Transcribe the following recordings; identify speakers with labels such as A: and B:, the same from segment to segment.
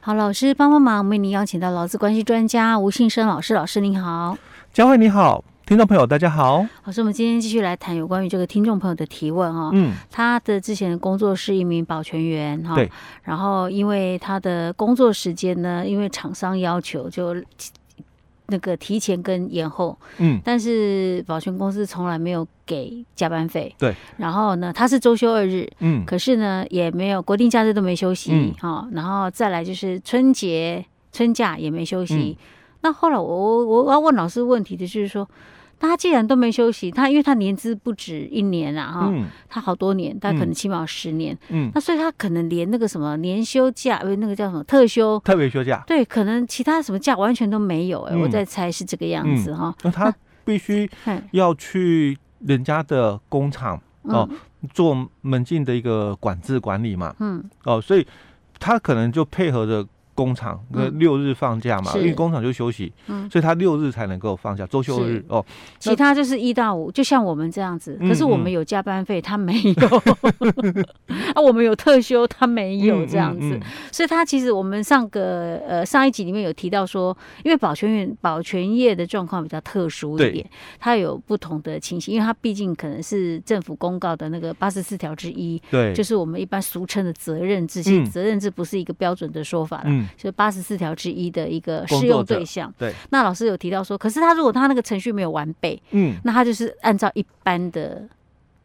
A: 好，老师帮帮忙，我们为您邀请到劳资关系专家吴信生老师，老师您好。
B: 佳慧你好，听众朋友大家好。
A: 老师，我们今天继续来谈有关于这个听众朋友的提问哦。
B: 嗯，
A: 他的之前的工作是一名保全员哈，
B: 对。
A: 然后因为他的工作时间呢，因为厂商要求就那个提前跟延后，
B: 嗯，
A: 但是保全公司从来没有给加班费。
B: 对。
A: 然后呢，他是周休二日，
B: 嗯，
A: 可是呢也没有国定假日都没休息
B: 嗯
A: 哈、然后再来就是春节春假也没休
B: 嗯
A: 息。那后来我我我要问老师问题的就是说，那他既然都没休息，他因为他年资不止一年啊哈、
B: 嗯
A: 他好多年，他可能
B: 嗯
A: 起码有十年，
B: 嗯，
A: 那所以他可能连那个什么年休假，呃，那个叫什么特休。
B: 特别休假，
A: 对，可能其他什么假完全都没有、哎、
B: 嗯
A: 我在猜是这个样子哈。
B: 那他必须
A: 嘿
B: 要去人家的工厂哦
A: 嗯
B: 做门禁的一个管制管理嘛，
A: 嗯
B: 哦，所以他可能就配合着工厂，
A: 嗯
B: 呃，六日放假嘛，
A: 是
B: 因为工厂就休息，
A: 嗯，
B: 所以他六日才能够放假，周休日哦，
A: 其他就是一到五，就像我们这样子。
B: 嗯
A: 可是我们有加班费，他没有； 啊，我们有特休，他没有
B: 嗯
A: 这样子。
B: 嗯嗯
A: 所以他其实我们上个呃上一集里面有提到说，因为保全员保全业的状况比较特殊一
B: 对
A: 点，它有不同的情形，因为它毕竟可能是政府公告的那个八十四条之一，
B: 对，
A: 就是我们一般俗称的责任制。其实
B: 嗯
A: 责任制不是一个标准的说法啦，
B: 嗯，
A: 就是八十四条之一的一个
B: 工
A: 适
B: 作
A: 用
B: 者
A: 对象。
B: 对，
A: 那老师有提到说，可是他如果他那个程序没有完备，
B: 嗯，
A: 那他就是按照一般的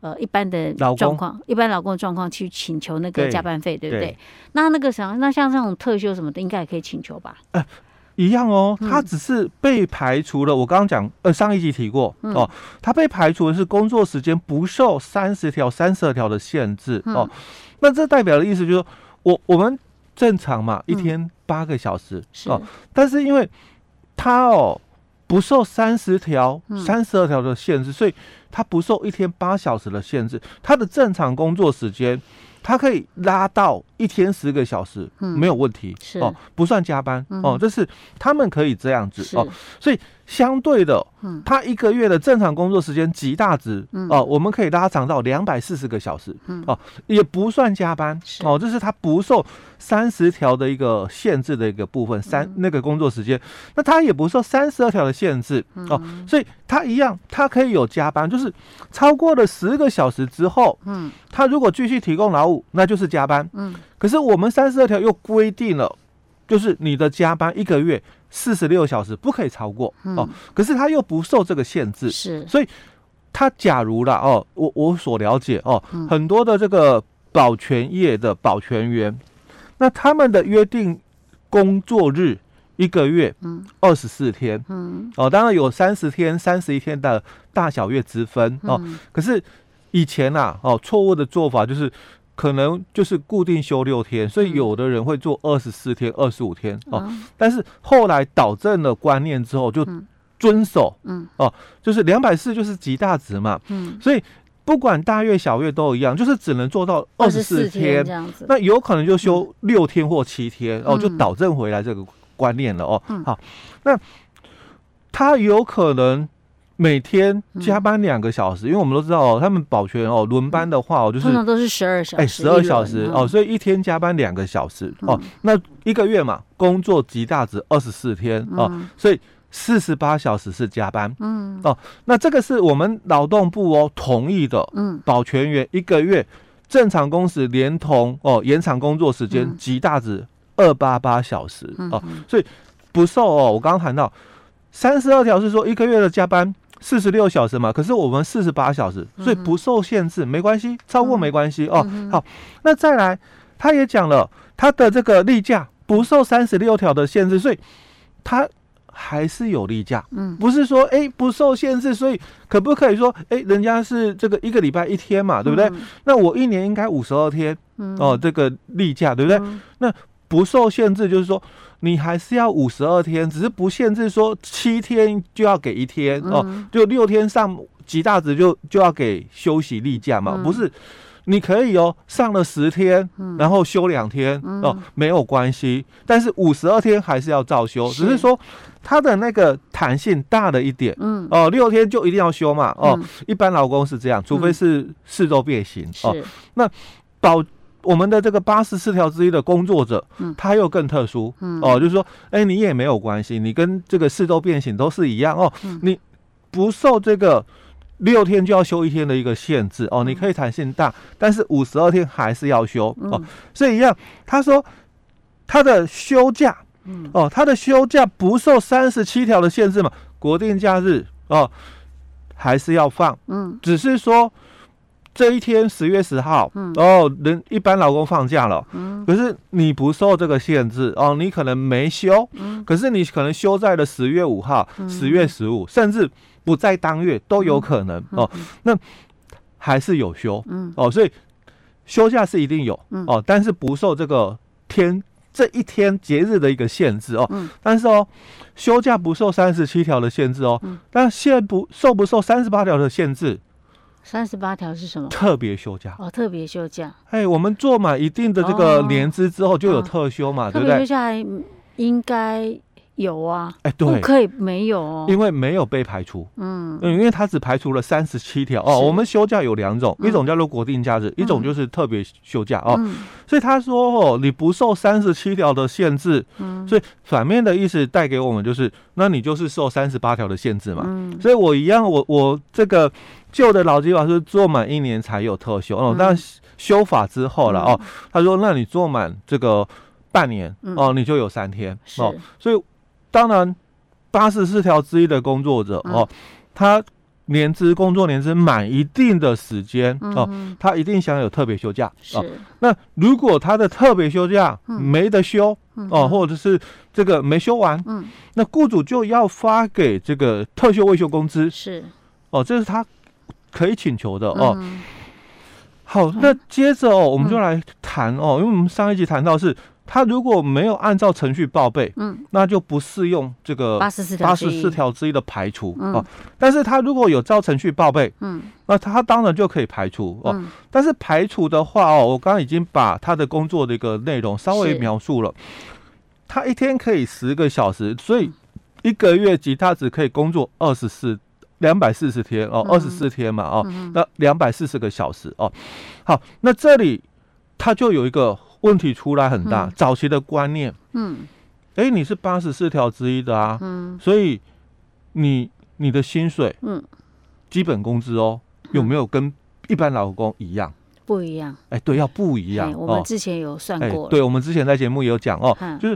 A: 呃一般的
B: 劳工
A: 状况，一般劳工的状况去请求那个
B: 对
A: 加班费，对不对？
B: 对
A: 那那个啥，那像这种特休什么的，应该也可以请求吧？
B: 一样哦，
A: 嗯
B: 他只是被排除了。我刚刚讲，呃，上一集提过
A: 嗯
B: 哦，他被排除的是工作时间不受三十条、三十二条的限制
A: 嗯
B: 哦。那这代表的意思就是说，我我们正常嘛，
A: 嗯
B: 一天八个小时、
A: 是，
B: 哦，但是因为他哦不受三十条
A: 嗯、
B: 三十二条的限制，所以他不受一天八小时的限制，他的正常工作时间。他可以拉到一天十个小时，
A: 嗯
B: 没有问题
A: 是
B: 哦，不算加班、
A: 嗯
B: 哦
A: 哼，
B: 这是他们可以这样子
A: 是
B: 哦。相对的，
A: 嗯
B: 他一个月的正常工作时间极大值、
A: 嗯
B: 哦，我们可以拉长到两百四十个小时、
A: 嗯
B: 哦，也不算加班
A: 是
B: 哦，这是他不受三十条的一个限制的一个部分，三、
A: 嗯
B: 那个工作时间，那他也不受三十二条的限制、
A: 嗯
B: 哦，所以他一样，他可以有加班，就是超过了十个小时之后，
A: 嗯
B: 他如果继续提供劳务，那就是加班。
A: 嗯，
B: 可是我们三十二条又规定了，就是你的加班一个月四十六小时不可以超过、
A: 嗯
B: 哦。可是他又不受这个限制，
A: 是，
B: 他假如啦哦，我我所了解哦，
A: 嗯
B: 很多的这个保全业的保全员，那他们的约定工作日一个月
A: 嗯
B: 二十四天
A: 嗯
B: 哦，当然有三十天、三十一天的大小月之分哦。
A: 嗯
B: 可是以前啊，哦，错误的做法就是。可能就是固定休六天，所以
A: 嗯
B: 有的人会做二十四天、二十五天哦。
A: 嗯
B: 但是后来导正了观念之后，就
A: 嗯
B: 遵守，
A: 嗯
B: 哦，就是两百四就是极大值嘛，
A: 嗯，
B: 所以不管大月小月都一样，就是只能做到二十四
A: 24天
B: 天
A: 这，样子，
B: 那有可能就休六天或七天、哦，就
A: 嗯
B: 导正回来这个观念了哦。
A: 嗯
B: 好，那他有可能每天
A: 嗯
B: 加班两个小时，因为我们都知道哦，他们保全哦轮班的话哦，就是
A: 通常都是十二小时，
B: 哎，十二小
A: 一
B: 时
A: 轮啊
B: 哦，，所以一天加班两个小时哦
A: 嗯，
B: 那一个月嘛，工作极大值二十四天哦，
A: 嗯
B: 所以四十八小时是加班。哦
A: 嗯
B: 那这个是我们劳动部哦同意的，
A: 嗯
B: 保全员一个月正常工时连同哦延长工作时间
A: 嗯
B: 极大值二八八小时
A: 嗯
B: 哦，
A: 嗯
B: 不受哦，我刚刚谈到三十二条是说一个月的加班。四十六小时嘛，可是我们四十八小时，所以不受限制，没关系，超过没关系、哦。
A: 嗯
B: 好，那再来，他也讲了，他的这个例假不受三十六条的限制，所以他还是有例假，
A: 嗯
B: 不是说哎、不受限制，所以可不可以说哎、人家是这个一个礼拜一天嘛，对不对？
A: 嗯
B: 那我一年应该五十二天
A: 嗯
B: 哦，这个例假，对不对？
A: 嗯
B: 不受限制就是说你还是要五十二天，只是不限制说七天就要给一天哦，
A: 嗯
B: 就六天上极大值就就要给休息例假嘛，
A: 嗯
B: 不是。你可以哦，上了十天，然后休两天、
A: 嗯
B: 哦，没有关系。但是五十二天还是要照休，
A: 是
B: 只是说它的那个弹性大了一点
A: 嗯
B: 哦，六天就一定要休嘛哦。
A: 嗯
B: 一般劳工是这样，除非是四周变形、哦。
A: 是
B: 保我们的这个八十四条之一的工作者，
A: 嗯
B: 他又更特殊，
A: 嗯
B: 哦，就是说，哎、你也没有关系，你跟这个四周变形都是一样哦，
A: 嗯
B: 你不受这个六天就要休一天的一个限制
A: 嗯
B: 哦，你可以弹性大，但是五十二天还是要休哦，
A: 嗯
B: 所以一样，他说他的休假
A: 嗯
B: 哦，他的休假不受三十七条的限制嘛，国定假日哦还是要放，
A: 嗯
B: 只是说这一天十月十号，
A: 嗯
B: 哦，人一般老公放假了，
A: 嗯
B: 可是你不受这个限制哦，你可能没休，
A: 嗯
B: 可是你可能休在了十月五号、十、月十五，甚至不在当月都有可能、哦，还是有休
A: 嗯
B: 哦，所以休假是一定有
A: 嗯
B: 哦，但是不受这个天这一天节日的一个限制哦，
A: 嗯
B: 但是哦，休假不受三十七条的限制哦，
A: 嗯
B: 但限不受不受三十八条的限制，
A: 三十八条是什么？
B: 特别休假。
A: 哦，特别休假，
B: 哎，我们做满一定的这个
A: 哦
B: 年资之后，就有
A: 嗯
B: 特休啊嘛，
A: 特
B: 对不
A: 别休
B: 对？
A: 假还应该有啊，
B: 哎，
A: 不
B: 对，
A: 可以没有哦。
B: 因为没有被排除，
A: 嗯
B: 嗯，因为它只排除了三十七条哦。
A: 是
B: 我们休假有两种，
A: 嗯
B: 一种叫做国定假日，一种就是特别休假哦。
A: 嗯
B: 所以他说哦，你不受三十七条的限制，
A: 嗯
B: 所以反面的意思带给我们就是，那你就是受三十八条的限制嘛。
A: 嗯
B: 所以我一样，我我这个旧的劳基法是做满一年才有特休
A: 嗯，
B: 哦但修法之后了哦，他说那你做满这个半年
A: 嗯
B: 哦，你就有三天
A: 是
B: 哦，所以当然八十四条之一的工作者
A: 嗯
B: 哦，他年资工作年资满一定的时间哦，
A: 嗯
B: 他一定享有特别休假
A: 是
B: 哦。那如果他的特别休假
A: 嗯
B: 没得休
A: 嗯
B: 哦，或者是这个没休完，
A: 嗯
B: 那雇主就要发给这个特休未休工资
A: 是
B: 哦，这是他可以请求的哦。
A: 嗯
B: 好，那接着哦，我们就
A: 嗯
B: 来谈哦，因为我们上一集谈到是，他如果没有按照程序报备，
A: 嗯
B: 那就不适用这个
A: 八十四条
B: 呃八
A: 之
B: 十
A: 一
B: 四条之一的排除
A: 嗯
B: 哦。但是他如果有照程序报备，
A: 嗯
B: 那他当然就可以排除哦。
A: 嗯
B: 但是排除的话哦，我刚刚已经把他的工作的一个内容稍微
A: 是
B: 描述了，他一天可以十个小时，所以一个月级他只可以工作二十四两百四十天哦，
A: 嗯
B: 二十四天嘛哦，
A: 嗯
B: 那两百四十个小时哦。好，那这里他就有一个问题出来很大，
A: 嗯
B: 早期的观念，
A: 嗯
B: 诶，你是八十四条之一的啊，
A: 嗯
B: 所以你你的薪水
A: 嗯
B: 基本工资哦，有没有跟一般劳工一样？
A: 不一样，
B: 哎，对，要不一样
A: 哎我们
B: 哦。
A: 之前有算
B: 哎
A: 过，了，
B: 对，我们之前在节目也有讲哦，
A: 嗯
B: 就是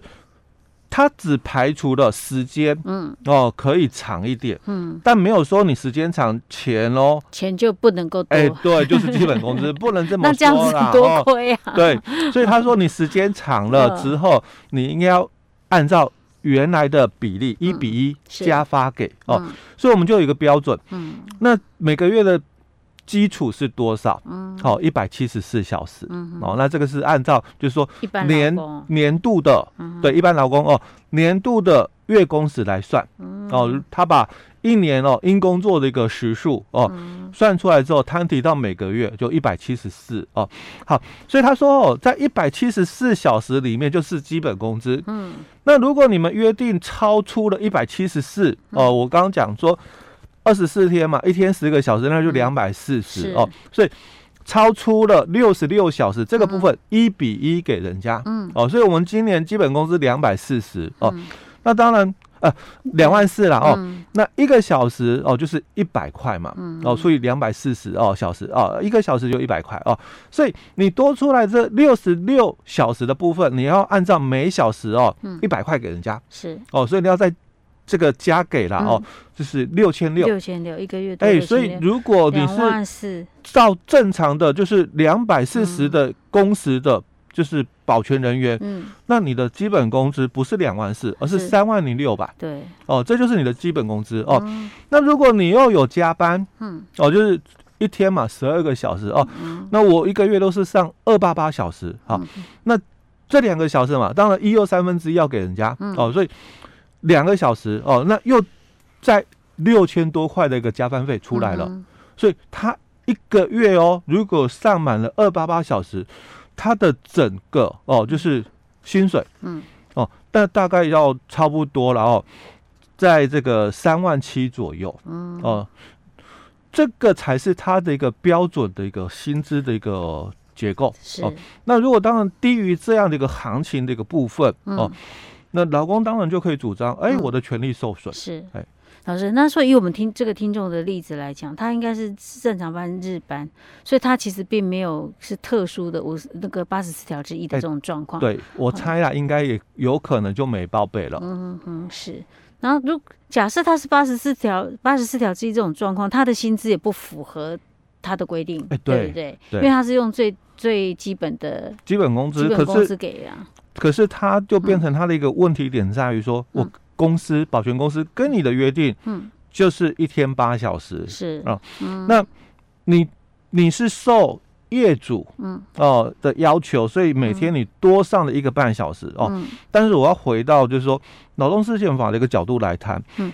B: 它只排除了时间
A: 嗯
B: 哦，可以长一点，
A: 嗯
B: 但没有说你时间长钱哦。
A: 钱就不能够多
B: 哎，，对，就是基 本工资，不能这么
A: 那这样
B: 说
A: 子
B: 啦
A: 多
B: 哦。
A: 亏啊，
B: 对，所以他说你时间长了
A: 嗯
B: 之后，你应该要按照原来的比例一比一
A: 嗯是
B: 加发给哦，
A: 嗯
B: 所以我们就有一个标准，
A: 嗯
B: 那每个月的基础是多少？
A: 嗯
B: 好、哦，一百七十四小时。
A: 嗯
B: 哦，那这个是按照就是说
A: 一般
B: 年
A: 老公
B: 年度的
A: 哦嗯
B: 对一般劳工哦年度的月工时来算
A: 嗯
B: 哦，他把一年哦因工作的一个时数哦
A: 嗯
B: 算出来之后摊提到每个月就一百七十四哦。好，所以他说哦，在一百七十四小时里面就是基本工资。
A: 嗯
B: 那如果你们约定超出了一百七十四
A: 嗯
B: 哦，我刚刚讲说二十四天嘛，一天十个小时，那就两
A: 嗯
B: 百四十
A: 是
B: 哦，所以超出了六十六小时这个部分一比一给人家、
A: 嗯
B: 哦，所以我们今年基本工资两百四十哦，
A: 嗯
B: 那当然呃两万四啦哦，
A: 嗯
B: 那一个小时哦就是一百块嘛，
A: 嗯
B: 哦除以两百四十哦小时哦，一个小时就一百块哦，所以你多出来这六十六小时的部分，你要按照每小时哦
A: 嗯
B: 一百块给人家
A: 是
B: 哦，所以你要在这个加给啦哦，就是六千六。
A: 嗯六千六一个月多
B: 哎，
A: 6600
B: 所以如果你
A: 两
B: 是
A: 万四
B: 照正常的，就是两百四十
A: 嗯
B: 的工时的，就是保全人员，
A: 嗯
B: 那你的基本工资不是两万四，而是
A: 是
B: 三万零六百
A: 对
B: 哦，这就是你的基本工资哦。
A: 嗯
B: 那如果你又有加班，
A: 嗯
B: 哦，就是一天嘛，十二个小时哦，
A: 嗯
B: 那我一个月都是上二八八小时，好、
A: 嗯
B: 这两个小时嘛，当然一又三分之一要给人家、
A: 嗯
B: 哦，所以两个小时哦，那又在六千多块的一个加班费出来了，哦
A: 嗯
B: 所以他一个月哦，如果上满了二八八小时，他的整个哦就是薪水
A: 嗯
B: 哦，那大概要差不多了哦，在这个三万七左右
A: 嗯
B: 哦、这个才是他的一个标准的一个薪资的一个结构
A: 是
B: 哦。那如果当然低于这样的一个行情的一个部分哦，那劳工当然就可以主张，哎，
A: 嗯
B: 我的权利受损。
A: 是
B: 哎。
A: 老师，那所以以我们听这个听众的例子来讲，他应该是正常班日班，所以他其实并没有是特殊的五那个八十四条之一的
B: 哎
A: 这种状况。
B: 对我猜啦，应该也有可能就没报备了。
A: 嗯嗯是。然后如假设他是八十四条八十四条之一这种状况，他的薪资也不符合他的规定，
B: 哎
A: 对
B: 对
A: 不对？
B: 对
A: 因为他是用最最基本的
B: 基本工
A: 基
B: 资，
A: 本
B: 可
A: 工
B: 是
A: 资给啊，
B: 可是它就变成它的一个问题点在于说，
A: 嗯
B: 我公司保全公司跟你的约定
A: 嗯，
B: 就是一天八小时，
A: 是
B: 哦
A: 嗯，
B: 那你你是受业主
A: 嗯
B: 哦的要求，所以每天你多上了一个半小时哦。
A: 嗯
B: 但是我要回到就是说劳动事件法的一个角度来谈，
A: 嗯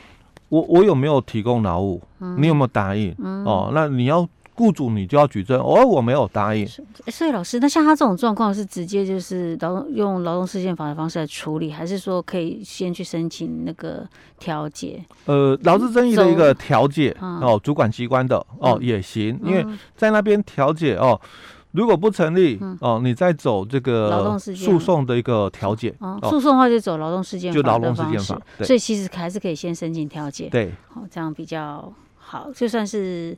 B: 我我有没有提供劳务？你有没有答应？
A: 嗯
B: 哦，那你要雇主你就要举证，哦，我没有答应。
A: 诶所以老师，那像他这种状况是直接就是劳动用劳动事件法的方式来处理，还是说可以先去申请那个调解？
B: 呃，劳资争议的一个调解
A: 嗯
B: 哦，主管机关的哦
A: 嗯
B: 也行，因为
A: 嗯
B: 在那边调解哦，如果不成立哦，你再走这
A: 劳
B: 个
A: 动事件
B: 诉讼的一个调解
A: 哦，
B: 哦，
A: 诉讼的话就走劳动事件
B: 就
A: 法
B: 劳
A: 的
B: 动事
A: 方
B: 件
A: 式
B: 法，，对
A: 所以其实还是可以先申请调解，
B: 对，
A: 哦，这样比较好，就算是。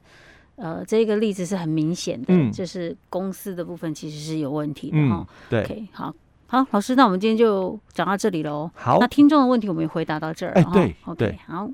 A: 呃，这个例子是很明显的，
B: 嗯
A: 就是公司的部分其实是有问题的
B: 嗯
A: 哦。，
B: 对，
A: OK，好，好，老师，那我们今天就讲到这里喽。
B: 好
A: 那，听众的问题我们也回答到这儿了
B: 哎
A: 哈。
B: 对
A: o k
B: 对
A: 好，